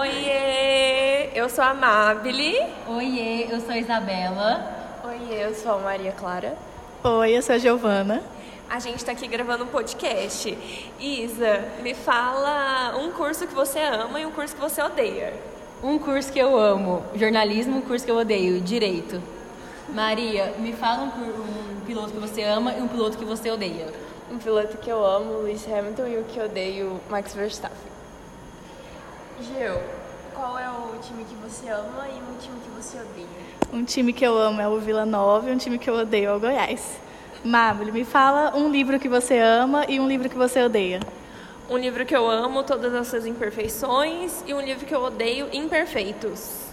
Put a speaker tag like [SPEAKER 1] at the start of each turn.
[SPEAKER 1] Oiê, eu sou a Mabile.
[SPEAKER 2] Oiê, eu sou a Isabela.
[SPEAKER 1] Oiê, eu sou a Maria Clara.
[SPEAKER 3] Oi, eu sou a Giovana.
[SPEAKER 1] A gente tá aqui gravando um podcast. Isa, me fala um curso que você ama e um curso que você odeia.
[SPEAKER 2] Um curso que eu amo, jornalismo, um curso que eu odeio, direito. Maria, me fala um, cur- um piloto que você ama e um piloto que você odeia.
[SPEAKER 4] Um piloto que eu amo, Lewis Hamilton, e o que eu odeio, Max Verstappen. Geo, qual é o time que você ama e um time que você odeia?
[SPEAKER 3] Um time que eu amo é o Vila Nova e um time que eu odeio é o Goiás. Mabel, me fala um livro que você ama e um livro que você odeia.
[SPEAKER 1] Um livro que eu amo, Todas as suas imperfeições, e um livro que eu odeio, Imperfeitos.